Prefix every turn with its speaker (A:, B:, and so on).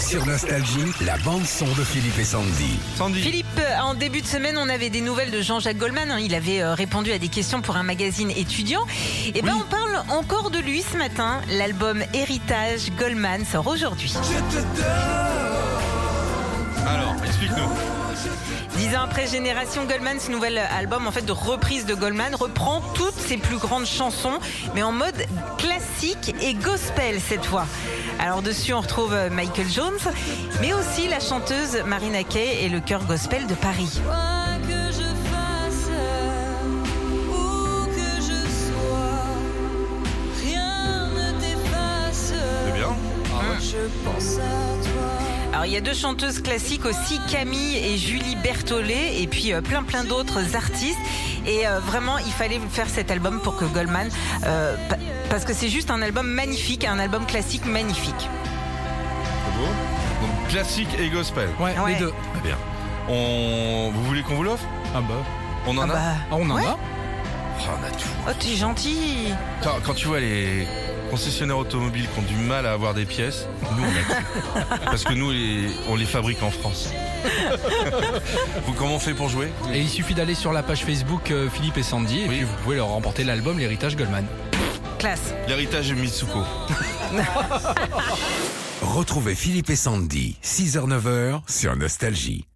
A: Sur Nostalgie, la bande-son de Philippe et Sandy.
B: Sandy.
C: Philippe, euh, en début de semaine, on avait des nouvelles de Jean-Jacques Goldman. hein. Il avait euh, répondu à des questions pour un magazine étudiant. Et ben, on parle encore de lui ce matin. L'album Héritage Goldman sort aujourd'hui.
B: Alors, explique-nous.
C: Dix ans après Génération Goldman, ce nouvel album en fait de reprise de Goldman reprend toutes ses plus grandes chansons, mais en mode classique et gospel cette fois. Alors dessus, on retrouve euh, Michael Jones, mais aussi la chanteuse Marina Kaye et le chœur gospel de Paris.
D: Quoi que je fasse, où que je sois, rien ne t'efface.
B: C'est bien.
D: Je pense à toi.
C: Alors il y a deux chanteuses classiques aussi, Camille et Julie Berthollet, et puis euh, plein plein d'autres artistes. Et euh, vraiment, il fallait faire cet album pour que Goldman, euh, pa- parce que c'est juste un album magnifique, un album classique magnifique.
B: C'est beau. Donc, classique et gospel.
E: Ouais,
C: Ah Ouais.
E: les deux.
B: Très bien. On... Vous voulez qu'on vous l'offre
E: Ah bah.
B: On en
C: Ah
B: a
C: bah,
E: Ah, on en
C: Ouais.
E: a
B: Oh, On a tout.
C: oh t'es gentil.
B: Quand, quand tu vois les concessionnaires automobiles qui ont du mal à avoir des pièces, nous on a tout. Parce que nous, les- on les fabrique en France. vous, comment on fait pour jouer
E: Et il suffit d'aller sur la page Facebook euh, Philippe et Sandy et
B: Oui.
E: puis vous pouvez leur remporter l'album L'héritage Goldman.
C: Classe.
B: L'héritage de Mitsuko.
A: Retrouvez Philippe et Sandy, 6h-9h, sur Nostalgie.